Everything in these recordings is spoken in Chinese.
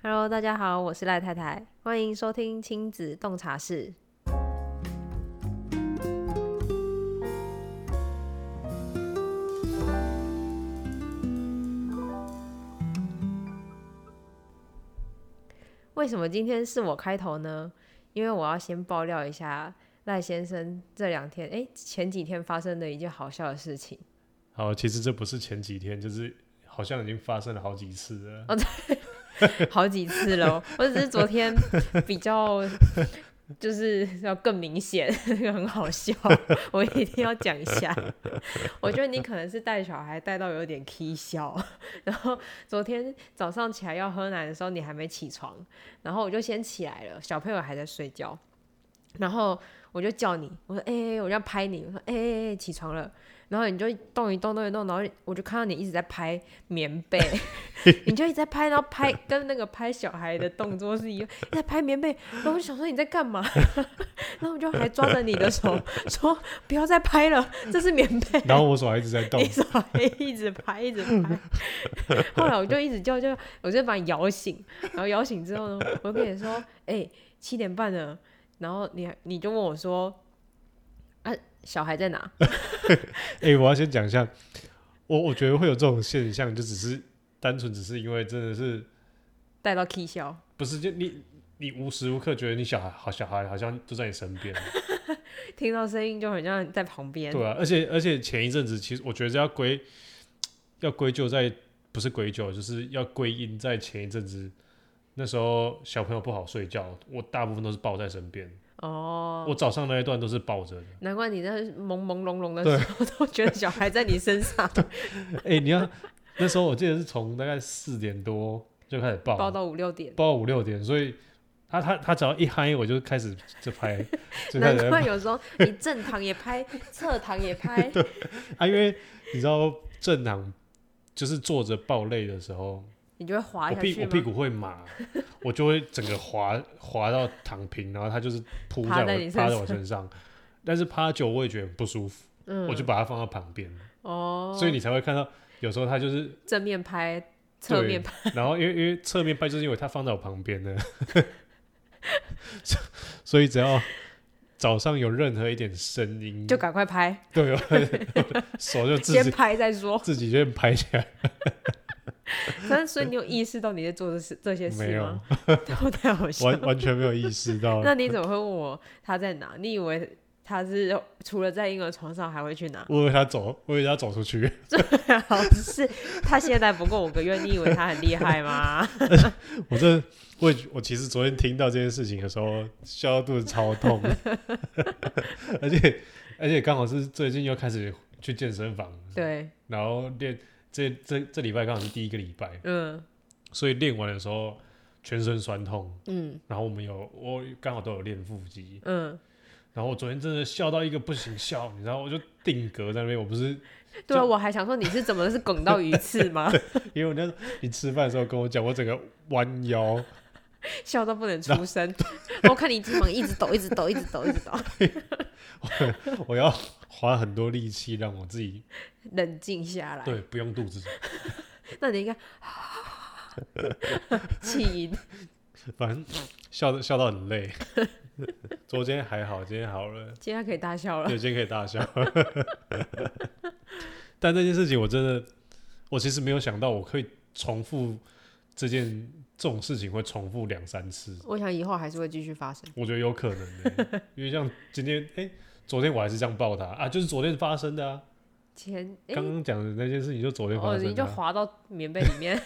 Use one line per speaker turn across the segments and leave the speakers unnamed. Hello，大家好，我是赖太太，欢迎收听亲子洞察室。为什么今天是我开头呢？因为我要先爆料一下赖先生这两天，哎，前几天发生的一件好笑的事情。
好，其实这不是前几天，就是好像已经发生了好几次了。
好几次了，我只是昨天比较就是要更明显，很好笑，我一定要讲一下。我觉得你可能是带小孩带到有点 k 笑，然后昨天早上起来要喝奶的时候，你还没起床，然后我就先起来了，小朋友还在睡觉，然后我就叫你，我说哎、欸我就要拍你，我说哎、欸欸起床了。然后你就动一动，动一动，然后我就看到你一直在拍棉被， 你就一直在拍，然后拍跟那个拍小孩的动作是一样，一直在拍棉被。然后我就想说你在干嘛？ 然后我就还抓着你的手 说不要再拍了，这是棉被。
然后我手还一直在动
你，手还 一直拍，一直拍。 后来我就一直叫，就我就把你摇醒，然后摇醒之后呢，我就跟你说，哎、七点半了。然后你你就问我说，啊，小孩在哪？
哎、我要先讲一下，我我觉得会有这种现象，就只是单纯只是因为真的是
带到 K 笑。
不是就你你无时无刻觉得你小孩好小孩好像就在你身边，
听到声音就很像在旁边。
对啊，而且而且前一阵子其实我觉得要归要归咎在不是归咎，就是要归因在前一阵子那时候小朋友不好睡觉，我大部分都是抱在身边，
哦，
我早上那一段都是抱着的。
难怪你在朦朦胧胧的时候都觉得小孩在你身上，
哎、你要那时候我记得是从大概四点多就开始报，
抱到五六点。
报五六点，所以他他他只要一嗨，我就开始就拍，就开
难
始在
怪
拍
有时候你正堂也拍，侧堂也拍，
啊，因为你知道正常就是坐着抱累的时候，
你就会滑
我
下
屁
去
我
吗？
屁股会麻，我就会整个滑滑到躺平，然后他就是扑
趴
在
在
我
你
趴
身
在我身上，但是趴久我也觉得很不舒服，
嗯
我就把它放到旁边，
哦，
所以你才会看到有时候他就是
正面拍、侧
对
面拍，
然后因为因为侧面拍，就是因为他放在我旁边呢， 所以只要早上有任何一点声音，
就赶快拍，
对，我手就自
先
己
拍再 说。
自己就拍起来，
但是所以你有意识到你在做的事这些
没
事
有
吗？都 太好笑。
完完全没有意识到。
那你怎么会问我他在哪？你以为他是除了在婴儿床上还会 去哪？
我以为他走，我以为他走出去，
好是他现在不过五个月，你以为他很厉害吗？
我这我我其实昨天听到这件事情的时候，笑到肚子超痛， 而且而且刚好是最近又开始去健身房，
对，
然后练这这这礼拜刚好是第一个礼拜，
嗯
所以练完的时候全身酸痛，
嗯
然后我们有我刚好都有练腹肌，
嗯，
然后我昨天真的笑到一个不行笑，你知道，我就定格在那边，我不是
对啊，我还想说你是怎么是拱到鱼刺吗？
因为我那时候你吃饭的时候跟我讲，我整个弯腰，
笑到不能出声， 我看你肩膀一直抖，一直抖，一直抖，一 直抖，
我要花很多力气让我自己
冷静下来。
对不用肚子，
那你应该 气音，
反正笑得笑到很累。 昨天还好，今天好了，
今天可以大笑了。
对，今天可以大笑。 但这件事情我真的，我其实没有想到我可以重复这件这种事情会重复两三次，
我想以后还是会继续发生。
我觉得有可能的、 因为像今天，哎、昨天我还是这样抱他啊，就是昨天发生的啊，
前哎、
刚刚讲的那件事情就昨天发
哦，
生
你
的、
就
啊，
滑到棉被里面。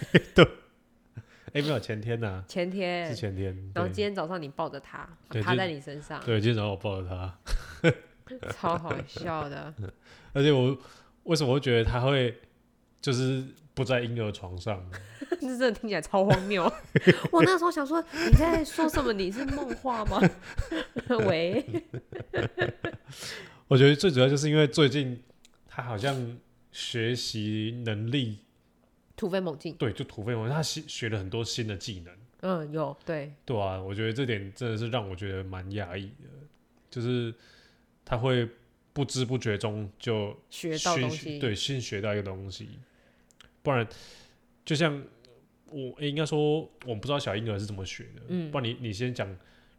哎、没有前天呐、
前
啊，
天
是，前天，
然后
对
今天早上你抱着它，
对
趴
今
在你身上，
对，今天早上我抱着他，
超好笑 的。
而且我为什么会觉得他会就是不在婴儿床上？
这真的听起来超荒 谬。我那时候想说，你在说什么？你是梦话吗？ 喂，
我觉得最主要就是因为最近他好像学习能力
突飞猛进。
对就突飞猛进，他学学了很多新的技能，
嗯，有对，
对啊，我觉得这点真的是让我觉得蛮讶异的，就是他会不知不觉中就
学到东
新
西。
对，新学到一个东西，不然就像我、诶应该说我们不知道小婴儿是怎么学的，
嗯
不然你你先讲，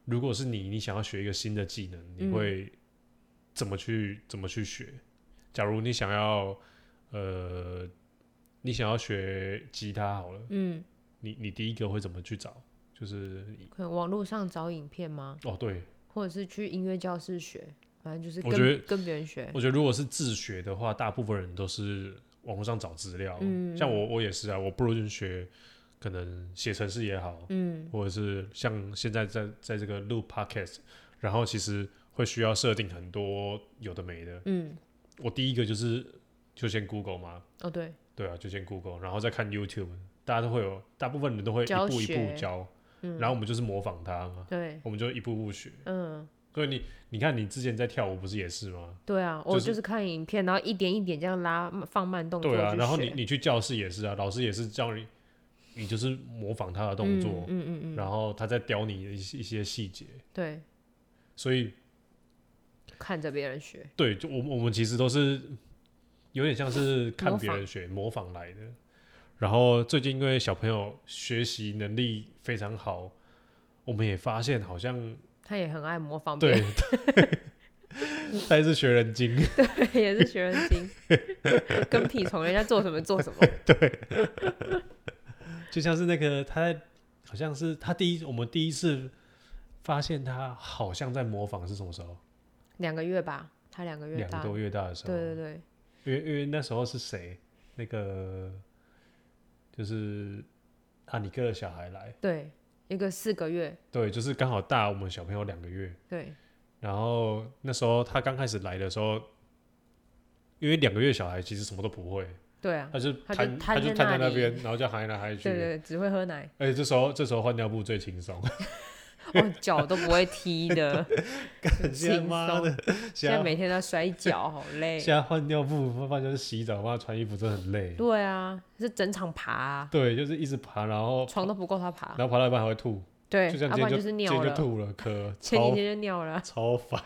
如果是你，你想要学一个新的技能，你
嗯
会怎么去怎么去学？假如你想要呃，你想要学吉他好了，
嗯，
你你第一个会怎么去找？就是你
可能网络上找影片吗？
哦，对，
或者是去音乐教室学，反正就是
我觉
跟
得
跟别人学。
我觉得如果是自学的话，大部分人都是网络上找资料。
嗯
像我，我也是啊，我不如就学可能写程式也好，
嗯
或者是像现在在在这个录 podcast，然后其实会需要设定很多有的没的。
嗯，
我第一个就是就先 Google 嘛，
哦对，
对啊，就先 Google，然后再看 YouTube，大家都会有，大部分人都会一
教
步一步
学
教，
嗯
然后我们就是模仿他嘛，
对，
我们就一步步学。
嗯
所以你你看你之前在跳舞不是也是吗？
对啊，
就
我
是
就是看影片，然后一点一点这样拉放慢动作
对啊，
去
然后
学
你你去教室也是啊，老师也是教你，你就是模仿他的动作，
嗯嗯嗯嗯，
然后他在雕你的一些一些细节，
对，
所以
看着别人学，
对，就我们我们其实都是有点像是看
模
别
仿
人学模仿来的。然后最近因为小朋友学习能力非常好，我们也发现好像
他也很爱模仿别
对
人，，
他也是学人精，
对，也是学人精，跟屁虫，人家做什么做什么，
就像是那个他在好像是他第一我们第一次发现他好像在模仿是什么时候？
两个月吧，他两个月
两个
大，
多月大的时候，
对对对，
因为因为那时候是谁？那个就是阿尼克的小孩来，
对，一个四个月，
对，就是刚好大我们小朋友两个月。
对，
然后那时候他刚开始来的时候，因为两个月小孩其实什么都不会，
对啊，
他就
他就
瘫，他
瘫
就
在
瘫在
那
那
里
边，然后就嗨来嗨去
对。对，只会喝奶，
而且这时候这时候换尿布最轻松，
哦，脚都不会踢的，很
现在
轻
妈
松
的。，
现
现
在
在
每天都在摔跤，好 累。
现在换尿布，妈妈就是洗澡，妈妈穿衣服真的很累。
对啊，是整场爬、啊，
对，就是一直爬，然后
床都不够他爬
然。后爬到一半还会吐。
对，
就像
要
今
不
天
然
就、
是
今
尿
天就
了，
吐了，可
前
超
几天就尿了。
超烦。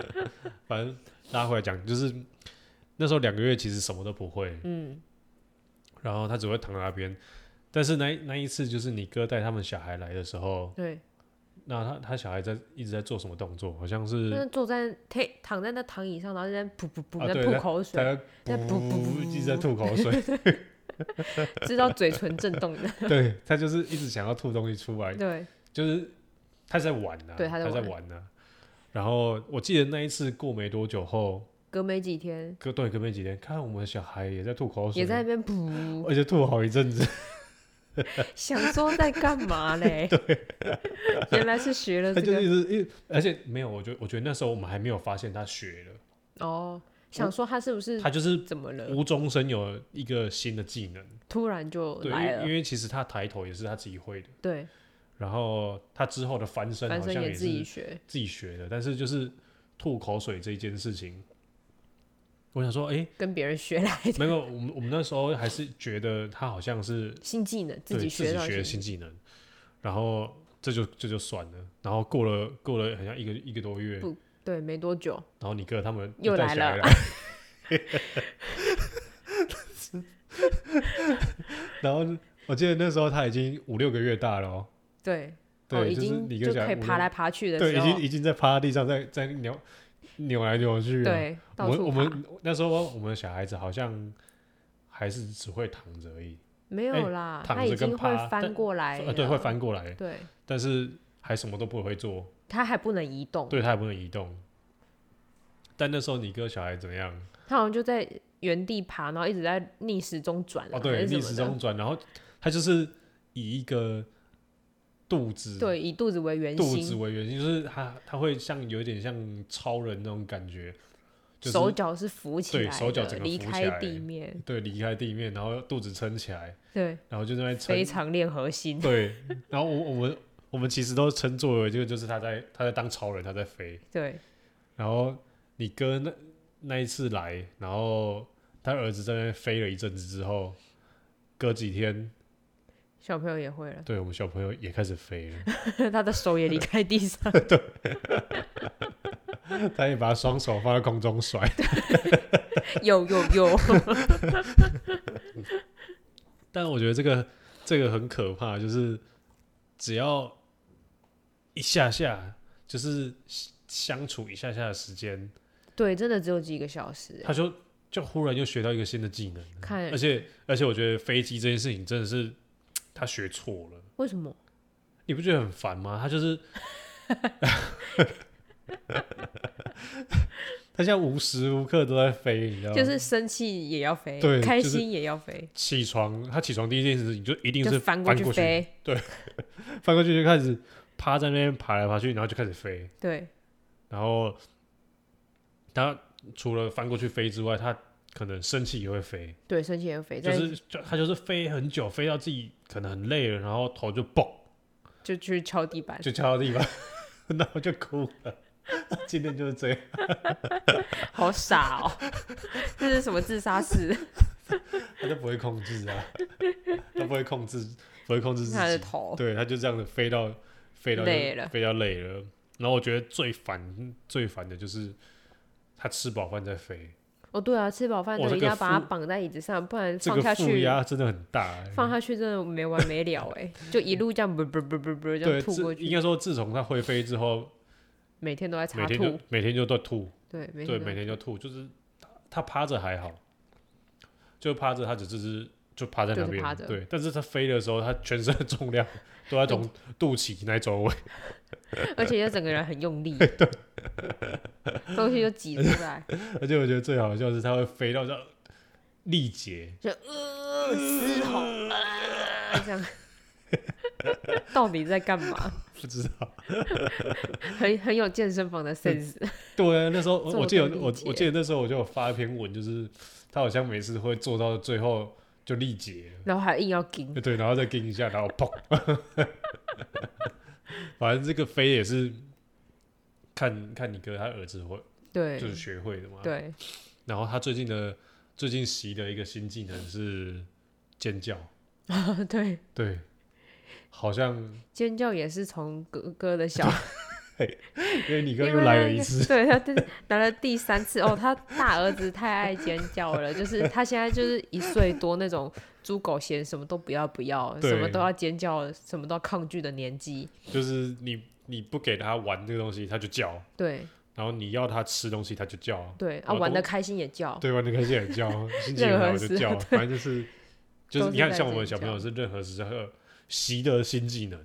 反正拉回来讲，就是那时候两个月其实什么都不会，
嗯，
然后他只会躺在那边。但是那一那一次就是你哥带他们小孩来的时候，
对，
那他他小孩在一直在做什么动作？好像
就是是坐在躺躺在那躺椅上，然后在那噗噗噗
啊
在
对
吐口
在
水，
那
在
噗
噗噗
一直在吐口水，
知道嘴唇震动 的。
对他就是一直想要吐东西出来，
对，
就是他在玩呐、
对
他
他在
在
玩
玩呐、啊然后我记得那一次过没多久后，
隔没几天
隔对隔没几天，看我们小孩也在吐口水，
也在那边噗，
而且吐好一 阵子。
想说在干嘛 嘞？对，原来是学了
他
这
就
个
一直一直，而且没有，我觉得我觉得那时候我们还没有发现他学了，
哦，想说他是不是
他就是
怎么了？
无中生有一个新的技能。
突然就
对，因
来
为因
了。
为其实他抬头也是他自己会的，
对，
然后他之后的翻身
反
好
正
像
也
也
自
是
己学。
自己学的，但是就是吐口水这一件事情，我想说， 哎、
跟别人学来的
没有，我们我们那时候还是觉得他好像是
新技能，自
对
己
学
学到
的
的
新
新
技能，然后这就这就算了，然后过了过了好像一个一个多月，
不对，没多久
然后你哥他们
又来
带小孩
了
来 然后我记得那时候他已经五六个月大了、哦，
对，
对
哦，已
就是
经
你跟
就
小
可以
吴
爬来爬去的
对，
时
已
候
经，已经在趴在地上，在在扭扭来扭去了。，
对，
啊
到
我们
处
我
爬，
们那时候我们的小孩子好像还是只会躺着而已，
没有啦，
哎躺
他
着
已
跟
经
趴
会
但
翻过来
呃，对，
了
会，翻过来，
对，
但是还什么都不会做，
他还不能移动，
对他也不能移动。但那时候你哥小孩怎么样？
他好像就在原地爬，然后一直在逆时钟转啊，
哦，对，
还是
逆
什
时
么的
钟转，然后他就是以一个肚子
对，以肚子为圆
肚子
心，
为圆心，就是他他会像有点像超人那种感觉，就是
手脚是浮起
对
来
手脚
的
整个
离
浮起来
开地面，
对离开地面，然后肚子撑起来，
对，
然后就在那边
非
撑，
常练核心，
对，然后我我们我们其实都称作为这个就是他在他在当超人，他在飞，
对，
然后你哥那那一次来，然后他儿子在那边飞了一阵子之后，隔几天，
小朋友也会 了，
对我们小朋友也开始飞了。
他的手也 离开地上。
他也把双手放在空中甩。
有有有，
但我觉得这个这个很可怕，就是只要一下下，就是相处一下下的时间，
对，真的只有几个小时
他就就忽然又学到一个新的技能，
看
而且而且我觉得飞机这件事情真的是他学错了，
为什么？
你不觉得很烦吗？他就是 他现在无时无刻都在飞，你知道吗？
就是生气也要飞
啊对，
开
就是
心也要飞，
起床，他起床第一件事情就一定
就是翻
过
过去飞。
翻过去就开始趴在那边爬来爬去，然后就开始飞。
对，
然后他除了翻过去飞之外，他可能生气也会飞，
对，生气也要飞，
就
但
是就他就是飞很久，飞到自己可能很累了，然后头就蹦
就去敲地板。
就敲到地板， 然后就哭了。今天就是这样，
好傻哦、 这是什么自杀式？
他就不会控制啊， 他不会控制，不会控制自
他的
己，
头，
对，他就这样子飞到飞到
累了
飞到累了。然后我觉得最烦最烦的就是他吃饱饭再飞，
哦，对啊，吃饱饭
哇
就
这
一
个
定要把它
负
绑在椅子上，不然
这
放
个
下
负
去，
压真的很大、欸。
放下去真的没完没了 哎、就一路这样不不不不不这
对，
样吐过
自应
去，
该说自从他会飞之后，
每天都在
每
擦
天就
吐，
每天就在吐，
对，每
对，
都
每天就吐，就是他他趴着还好，就趴着他只是就趴在那
就是趴
边，
着
对，但是他飞的时候，他全身的 重量都在从肚脐那周围，
而且又整个人很用 力，东西就挤出来，
而且我觉得最好笑的是他会飞到这样力竭，
就呃 嘶吼啊这样， 到底在干嘛？
不知道，
很很有健身房的 sense，
对，啊那时候
做
我记得
个力
我
竭
我记得那时候我就有发一篇文，就是他好像每次会做到最后就力竭了。
然后还硬要顶，
对，然后再盯一下，然后砰。 反正这个飞也是看看你哥他儿子会
对
就是学会的嘛。。
对，
然后他最近的最近习的一个新技能是尖叫，
对，
对，好像
尖叫也是从哥哥的小
因为你哥
因
又
为
来
那
了一
个
次，
对他第来了第三次哦，他大儿子太爱尖叫了，就是他现在就是一岁多那种猪狗嫌什么都不要不要，
对
什么都要尖叫，什么都要抗拒的年纪。
就是你你不给他玩这个东西，他就叫；
对
然后你要他吃东西，他就叫。
对啊，
然后
玩的
都
开心也叫，
对吧？你开心也叫， 心情
哦任
很
何
好就
时
叫，
候
反 正就是就
都
是
是
你看，
在
像
这
我们
里
小朋
叫
友是任何时刻习得新技能，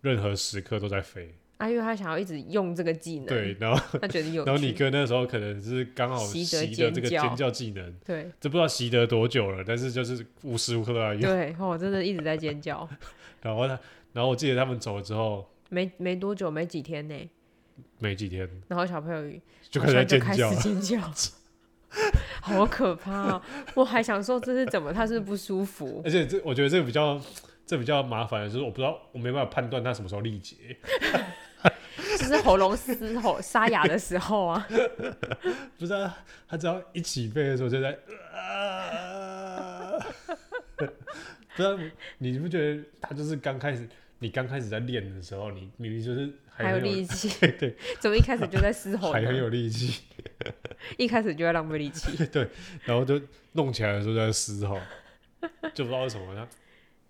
任何时刻都在飞。
啊，因为他想要一直用这个技能，
对，然后
他觉得有
然后你
趣。
哥那时候可能是刚好
习
习
得
得这个
尖叫
尖叫技能，
对
这不知道习得多久了，但是就是无时无刻都在用。
对，哦，真的一直在尖叫，
然后他，然后我记得他们走了之后
没没多久，没几天呢，
没几天
然后小朋友
就
好
开始
像就
在尖
开
叫
始，尖叫， 好可怕、哦！我还想说这是怎么，他是不是不舒服？
而且这我觉得这个比较这比较麻烦的就是我不知道我没办法判断他什么时候力竭，
就是喉咙嘶吼、沙哑的时候 啊，
不是、啊、他只要一起飞的时候就在，啊、 不知道你不觉得他就是刚开始，你刚开始在练的时候，你明明就是
还
很
有
有
力气，
对，
怎么一开始就在嘶吼
还很
呢？
有力气，
一开始就在浪费力 气，
然后就弄起来的时候就在嘶吼，就不知道为什么，他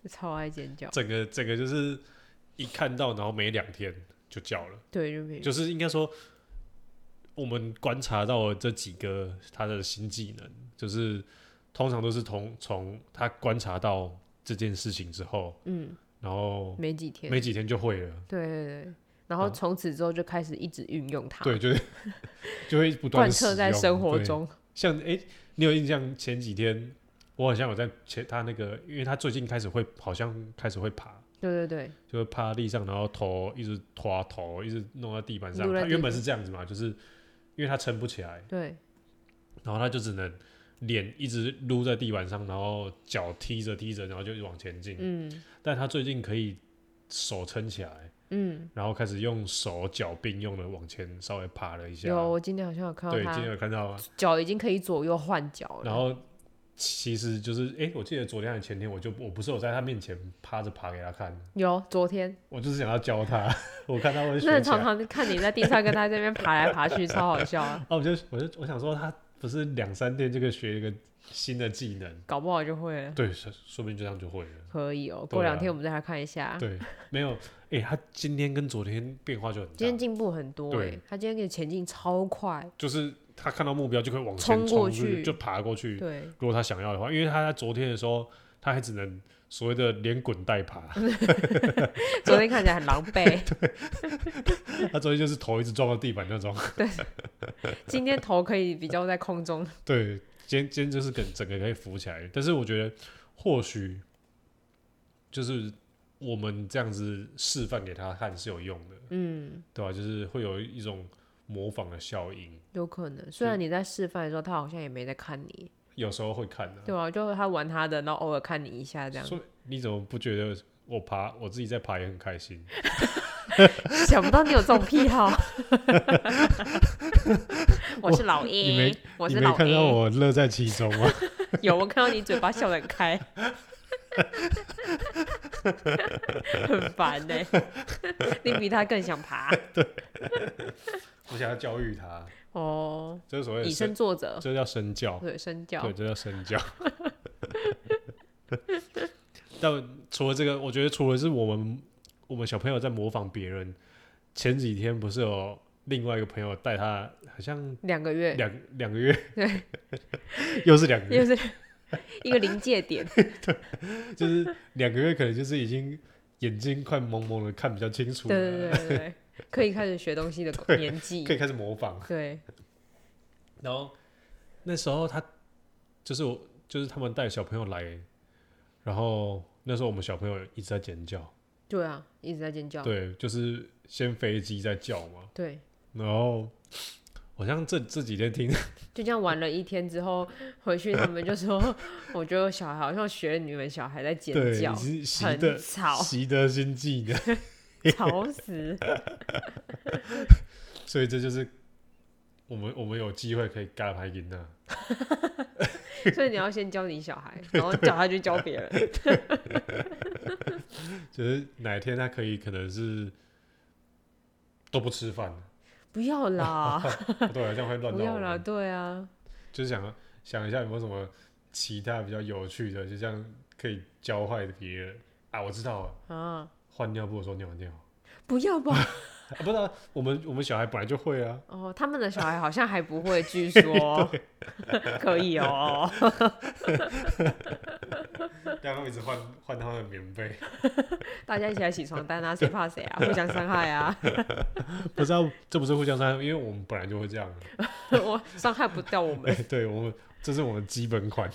超爱尖叫。
整个整个就是一看到，然后没两天就叫了，
对，就没有
就是应该说。我们观察到了这几个他的新技能，就是通常都是从从他观察到这件事情之后，
嗯，
然后
没几天。
没几天就会了，
对对对，然后
啊
从此之后就开始一直运用它，
对，就是 就会不断
贯
地使
彻
用
在生活。
对
中。
像哎、你有印象前几天，我好像有在前他那个，因为他最近开始会，好像开始会爬，
对对对，
就是趴在地上，然后头一直拖头，一直弄在地板上。
撸在
他
地
原本是这样子嘛，就是因为他撑不起来，
对
然后他就只能脸一直撸在地板上，然后脚踢着踢着，然后就一直往前进。
嗯
但他最近可以手撑起来。
嗯，
然后开始用手脚并用的往前稍微爬了一下。
有。我今天好像有看到
对，今天
他
有看到啊。
脚已经可以左右换脚了。
然后其实就是，哎、我记得昨天还是前天，我就我不是有在他面前趴着爬给他看，
有昨天，
我就是想要 教他，我看他会
那
学起
常
来。
常看你在地上跟他这边爬来爬去，超好笑啊！
哦，我就我就我想说他不是两三天就可以学一个新的技能，
搞不好就会了。
对，说说不定就这样就会了。
可以哦，
对
过两
啊
天我们再来看一下。
对，没有，哎、他今天跟昨天变化就很
今天
大，
进步很多哎、
对
他今天给前进超快，
就是他看到目标就可以往前
冲
冲
过
出去，
去
就爬过去。
对，
如果他想要的话，因为他在昨天的时候，他还只能所谓的连滚带 爬，
昨天看起来很狼狈，
他昨天就是头一直撞到地板那种。
今天头可以比较在空 中，
对，今天今天就是整整个可以浮起来，但是我觉得或许就是我们这样子示范给他看是有用的，
嗯，
对吧、就是会有一种模仿的效应，
有可能。虽然你在示范的时候，他好像也没在看你，
有时候会看的、
对啊，就他玩他的，然后偶尔看你一下这
啊。
样，
所以你怎么不觉得我爬我自己在爬也很开心？
想不到你有这种癖 好。 我是老
你没
A，我
你
是
没
老
看到
A，
我乐在其中吗？
有我看到你嘴巴笑得很开，很烦呢、你比他更想爬
我想要教育他，
哦。
这是所谓的
以身
身，
作则，
这叫身教。
对身教
对，，这叫 身教。但除了这个，我觉得除了是我们我们小朋友在模仿别人，前几天不是有另外一个朋友带他，好像
两个月
两两个月， 又是两个
又
月，
是一个临界 点，
就是两个月，可能就是已经眼睛快蒙蒙的看比较清楚了，
对对对对对，可以开始学东西的
对
年纪
可，以开始模仿。
对，
然后那时候他就是我，就是他们带小朋友来，然后那时候我们小朋友一直在尖叫。
对啊，一直在尖叫，
对，就是先飞机再叫嘛。
对，
然后好像这这几天听，
就这样玩了一天之后，回去他们就说， 我觉得我小孩好像学你们小孩在尖
对，
叫
已，经习
很
得
吵，
习得新技能，
吵死，
所以这就是我们我们有机会可以尬拍赢的。
所以你要先教你小孩，然后教他去教别人，
就是哪一天他可以可能是都不吃饭，
不要 啦，
对，这样会乱
不
到
要
哦我
啦，
们。
对啊，
就是想想一下有没有什么其他比较有趣的，就这样可以教坏别人啊！我知道了，
啊，
换尿布的时候尿尿
不要吧。
啊，不是啊、我们我们小孩本来就会啊。
哦，他们的小孩好像还不会，据 说 可以哦。
然后一直换换他们的棉被，
大家一起来洗床单啊，谁怕谁啊，互相伤害啊，
不知道这不是互相伤害，因为我们本来就会这 样。
我伤害不掉我们，
对我们这是我们基本款，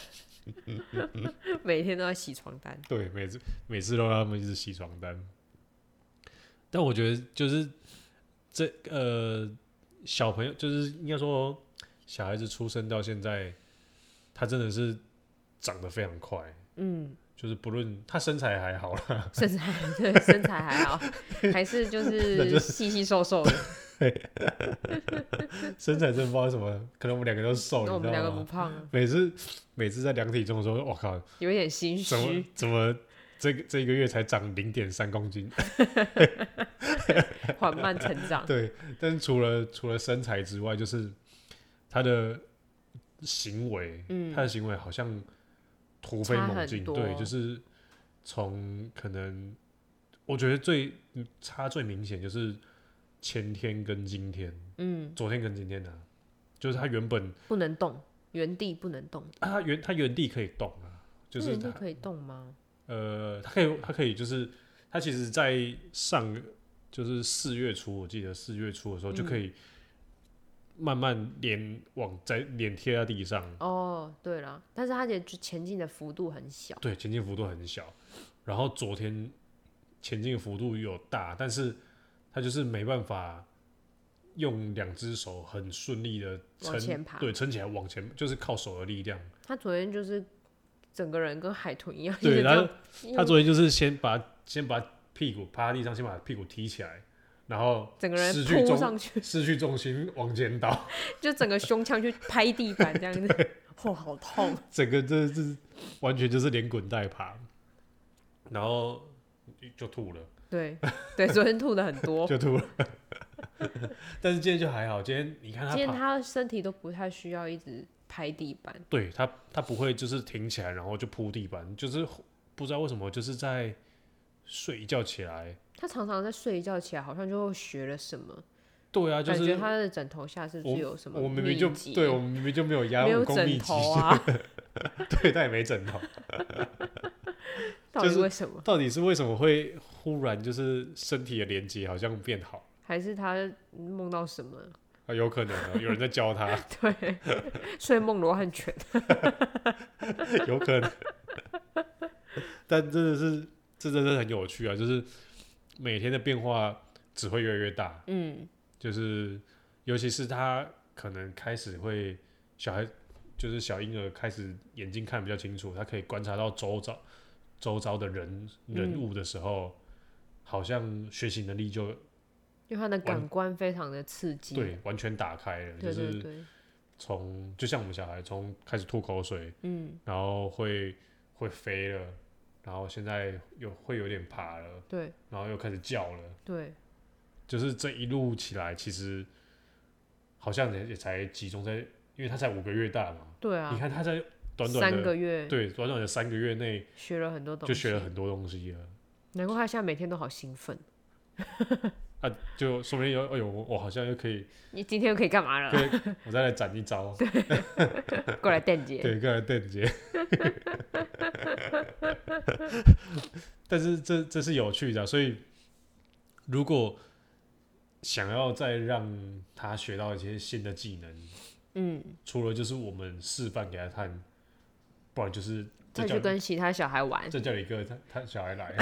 每天都要洗床单。
对每次每次都让他们一直洗床单。但我觉得就是这呃小朋友，就是应该说小孩子出生到现在，他真的是长得非常快，
嗯，
就是不论他身材还好啦，
身材 对身材还好，还是就
那
是
就
细细瘦瘦的。
身材真的不知道为什么，可能我们两个都瘦，
那我
哦你
们
知
两个
道
不
吗？
胖啊，
每次每次在量体重的时候，我靠，
有一点心
怎么
虚。
怎么这个这一个月才长零点三公斤？
缓慢成 长。
对，但是除了除了身材之外，就是他的行为，
嗯
他的行为好像突飞
差
猛
很
进，
多
对，就是从可能我觉得最嗯差最明显就是前天跟今天，
嗯，
昨天跟今天啊，就是他原本
不能动，原地不能动。
啊他原他原地可以动啊，就
那
是
原地
他
可以动吗？
呃，他可以，他可以，就是他其实，在上个就是四月初，我记得四月初的时候就可以慢慢脸往在脸贴在地上，
哦，对了，但是它的前进的幅度很小。
对，前进幅度很小。然后昨天前进幅度有大，但是他就是没办法用两只手很顺利的
往
撑
前爬，
对，撑起来往前，就是靠手的力量。
他昨天就是整个人跟海豚一样，一
对，
直这
然
样
后他昨天就是先把先把屁股趴在地上，先把屁股踢起来，然后
嗯整个人
失去
扑
重
上去，
失去重心往前倒，
就整个胸腔去拍地板这样子，哦，好痛！
整个这这完全就是连滚带爬，然后就吐了，
对对，昨天吐的很多，
就吐了。 但是今天就还好，今天你看他
今天
爬，
他身体都不太需要一直拍地板，
对他，他不会就是停起来然后就铺地板，就是不知道为什么就是在睡一觉起来，
他常常在睡一觉起来，好像就学了什么，
对啊，就
感觉
是
他的枕头下是不
我
是有什么
我明明
秘
就
籍
对我明明就没有压
没
武
有
功秘
枕
籍，
头啊？
对，但也没枕头。
到
就
底
是
为什么？
到底是为什么会忽然就是身体的连接好像变好
还是他梦到什么？
啊？有可能啊，有人在 教他，
对，睡梦罗 汉拳，
有可能。但真的是，这真的是很有趣啊！就是每天的变化只会越来越大，
嗯，
就是尤其是他可能开始会小孩，就是小婴儿开始眼睛看比较清楚，他可以观察到周遭周遭的人人
嗯
物的时候，好像学习能力就
因为他的
完
感官非常的刺激，
对完全打开了，
嗯对
就是
对对，
从就像我们小孩从开始吐口水，
嗯，
然后会会飞了，然后现在有会有点爬了，
对
然后又开始叫了，
对，
就是这一路起来，其实好像也也才集中在，因为他才五个月大嘛，
对
你
啊，
看他在短短
三
的
个月
对短短的三个月内
学了很多东西，
就学了很多东西了。
难怪他现在每天都好兴奋。
啊，就说明有，哎呦，我我好像又可以，
你今天又可以干嘛了
可？以，我再来展一招，
过来电姐。
对，个人电 接。但是这这是有趣的啊、所以如果想要再让他学到一些新的技能，
嗯，
除了就是我们示范给他看，不然就是
再
再
去
叫
跟其他小孩玩，
再叫一个他他小孩来，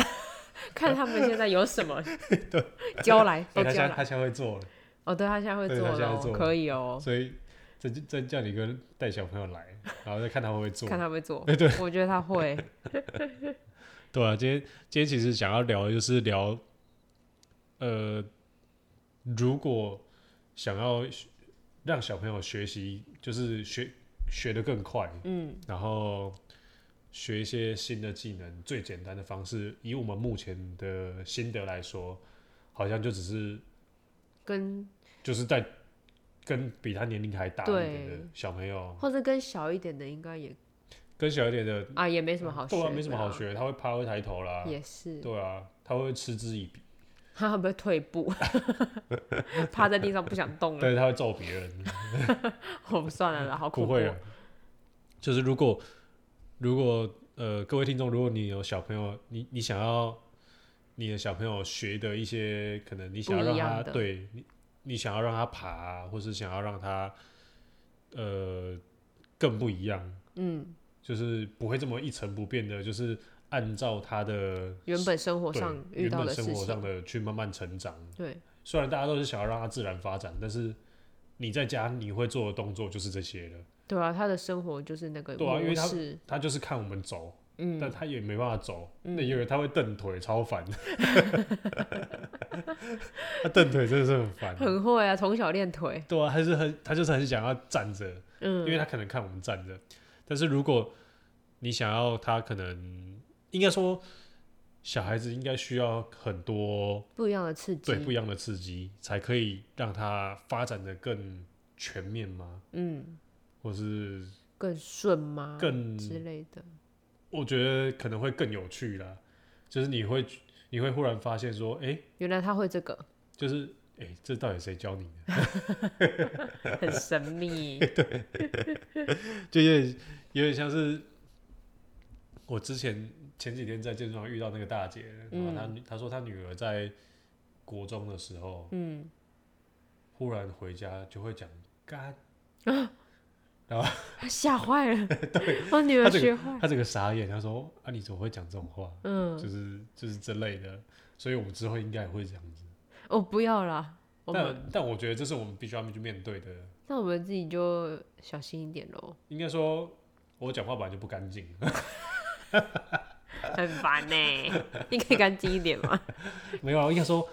看他们现在有什 么 教来
欸
都
他现
教
在
来。
他现在会做了，
哦，对他现在会
对
做
他现在
了
会做
哦，
了
可以哦，
所以再再叫你哥带小朋友来，然后再看他会不会做。
看他会做。对，我觉得他 会。
对啊，今天今天其实想要聊的就是聊，呃，如果想要学让小朋友学习，就是学学得更快，
嗯，
然后学一些新的技能，最简单的方式，以我们目前的心得来说，好像就只是
跟
就是在跟比他年龄还大一点的
对
小朋友，
或者跟小一点的应该也
跟小一点的，
啊，也没什么好学
对
的
啊，
啦，
没什么好学，他会趴会抬头啦，
也是，
对啊，他会嗤之以鼻。
他会不会退步？ 趴在地上不想动了，
但是他会揍别人，
我不算了啦，好
不
恐怖哦
会。啊。就是如果如果呃，各位听众，如果你有小朋友，你你想要你的小朋友学的一些，可能你想要
不
让
一样
他
的
对你你想要让他爬啊，或是想要让他呃更不一样，
嗯，
就是不会这么一成不变的，就是按照他的
原本生活
对
上遇
原
到
本
的
生
事
活上
情，
的去慢慢成长。
对，
虽然大家都是想要让他自然发展，但是你在家你会做的动作就是这些了。
对啊，他的生活就是那个
对啊因为
模
他
式，
他就是看我们走，
嗯，
但他也没办法走，那因为他会蹬腿，超烦。 他蹬腿真的是很烦。
很会啊，从小练腿，
对啊，他是很，他就是很想要站着，因为
嗯，
他可能看我们站着。但是如果你想要他，可能应该说，小孩子应该需要很多
不一样的刺激
对，不一样的刺激，才可以让他发展的更全面吗？
嗯，
或是
更顺吗？
更
啊之类的，
我觉得可能会更有趣啦。就是你会你会忽然发现说，哎、
原来他会这 个，
就是哎、诶这到底谁教你 的？
很神秘，
就有点 有点像是我之前前几天在健身房遇到那个大姐，然后她、她说她女儿在国中的时候，
嗯，
忽然回家就会讲干，
他吓坏了， 我女儿
他这个
学坏，
她这个傻眼，她说啊你怎么会讲这种话？
嗯，
就是就是这类的，所以我们之后应该也会这样子。
哦，不要啦，我们
但但我觉得这是我们必须要去面对的。
那我们自己就小心一点喽，
应该说，我讲话本来就不干净，
很烦呢、 你可以干净一点吗？
没有啊。应该说，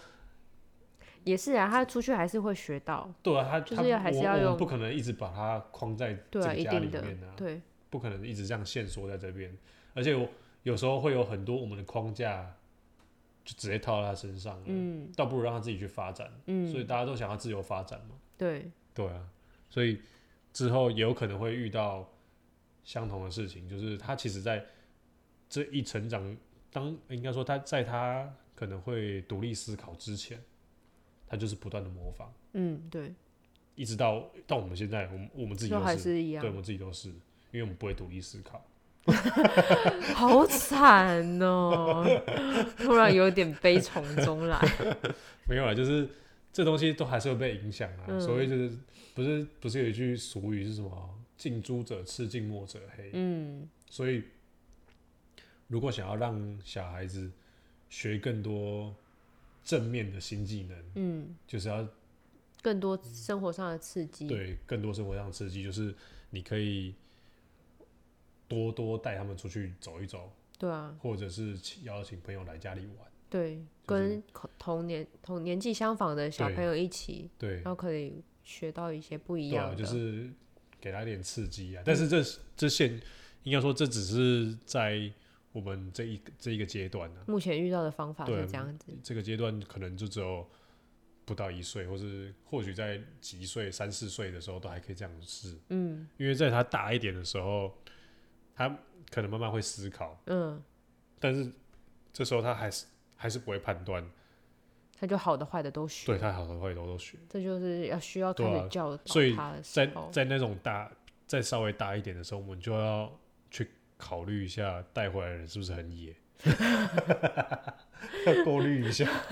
也是啊，他出去还是会学到，
对啊，他
就是
他
要还是要
我我
用
们不可能一直把它框在这
对啊，
个
一
家里
定的
面啊，，
对，
不可能一直这样限缩在这边。而且我有时候会有很多我们的框架，就直接套在他身上了，
嗯
倒不如让他自己去发展。所以
嗯，
大家都想要自由发展嘛，
对，
对啊，所以之后也有可能会遇到相同的事情，就是他其实在这一成长当应该说他在他可能会独立思考之前，他就是不断的模仿，
嗯，对，
一直到到我们现在，我们我们自己
就
都
还
是，
是一样
对，我，们自己都是，因为我们不会独立思考。
好惨哦、 突然有点悲从中 来。
没有啦，就是这东西都还是会被影响啊。
嗯
所谓就是不是不是有一句俗语是什么“近朱者赤，近墨者黑”
嗯，
所以如果想要让小孩子学更多正面的新技能，
嗯，
就是要
更多生活上的刺激。，
对更多生活上的刺激，就是你可以多多带他们出去走一走，
啊，
或者是请邀请朋友来家里玩。
对，跟口同年同年纪相仿的小
对
朋友一起，
对
然，后可以学到一些不哦一
对
样
啊，
的。
就是给他一点刺激啊。但是这这现应该说，这只是在我们这一这一个阶段啊呢、
目前遇到的方法
对啊
是这样子。
这个阶段可能就只有不到一岁，或是或许在几岁三四岁的时候都还可以这样试，
嗯
因为在他大一点的时候，他可能慢慢会思考，
嗯，
但是这时候他还是还是不会判断，
他就好的坏的都学。
对他好的坏都都学。
这就是要需要开
对啊
始教导
所以
他的时
在
候。
在那种大再稍微大一点的时候，我们就要去考虑一下带回来的人是不是很野， 要过滤一下，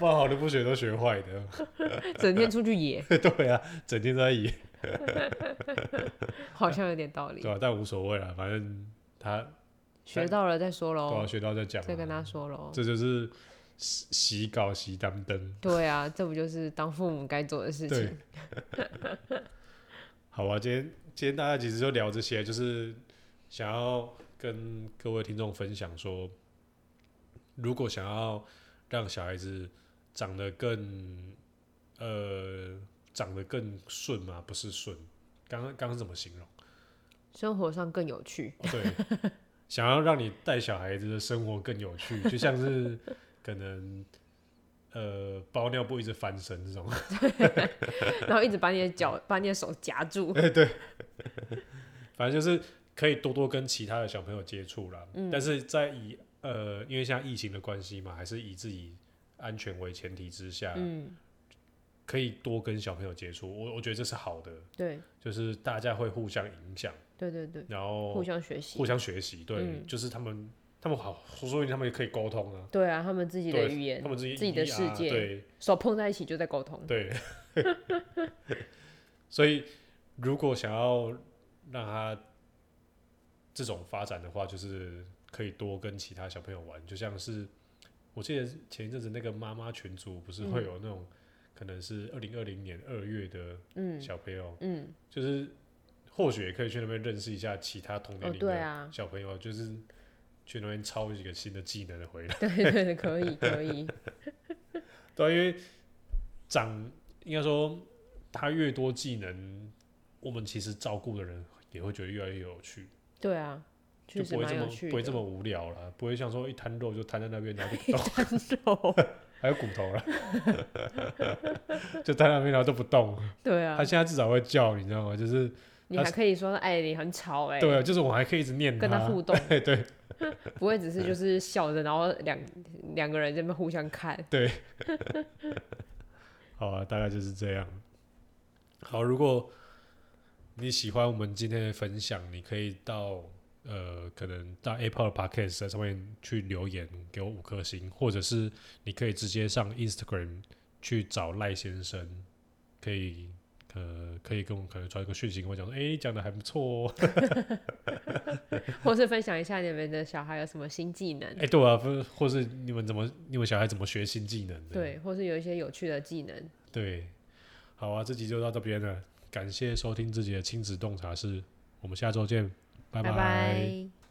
不然好的不学都学坏的。
整天出去野，
对啊，整天都在野，
好像有点道理
对。吧、啊但无所谓啦，反正他
学到了再说
都要
喽，
学到再讲啊。
再跟他说喽。
这就是洗洗稿洗当灯，
对啊，这不就是当父母该做的事
对
情？。
好啊，今天今天大家其实就聊这些，就是想要跟各位听众分享说，如果想要让小孩子长得更呃长得更顺嘛，不是顺，刚刚刚刚怎么形容？
生活上更有趣。
哦对，想要让你带小孩子的生活更有趣，就像是可能呃包尿布一直翻身这种，
然后一直把你的脚、把你的手夹住。
反正就是可以多多跟其他的小朋友接触啦。
嗯
但是在以呃，因为现在疫情的关系嘛，还是以自己安全为前提之下，
嗯，
可以多跟小朋友接触。我我觉得这是好的，
对，
就是大家会互相影响，
对对对，
然后
互相学习
哦互。相学习。对，
嗯
就是他们他们好，说不定他们也可以沟通啊。
对啊，他们自己的
对
语言
他，们自己
自己的
一啊
世界
对，
手碰在一起就在沟通。
对， 所以如果想要让他这种发展的话，就是可以多跟其他小朋友玩，就像是我记得前一阵子那个妈妈群组不是会
嗯
有那种、可能是二零二零年二月的
嗯
小朋友，
嗯，
就是或许也可以去那边认识一下其他同年
哦
龄
对
的
啊
小朋友，就是去那边抄几个新的技能回来。
对对对，可 以可以。
对啊，因为长应该说他越多技能，我们其实照顾的人也会觉得越来越有趣，
对啊，
就
确实
不会
蛮
这
有
么
趣的。
不会这么 无聊了，不会像说一摊肉就摊在那边，然后就不
一摊
动，
肉。
还有骨头了， 就摊在那边然后都不动。
对啊
他，现在至少会叫，你知道吗？就是
你
他
还可以说，哎，你很吵哎，
对啊，就是我还可以一直念
跟他互动，
对 对
不会只是就是笑着，然后两两个人在那边互相看。
对，好啊，大概就是这样。好，如果你喜欢我们今天的分享，你可以到呃，可能到 Apple Podcast 在上面去留言给我五颗星，或者是你可以直接上 Instagram 去找赖先生，可以呃，可以跟我可能传一个讯息跟我讲说，哎、讲的还不错哦，
或是分享一下你们的小孩有什么新技能
哎、，对啊，不，或是你们怎么你们小孩怎么学新技能的？
对，或是有一些有趣的技能。
对，好啊，这集就到这边了，感谢收听自己的亲子洞察室，我们下周见，拜
拜拜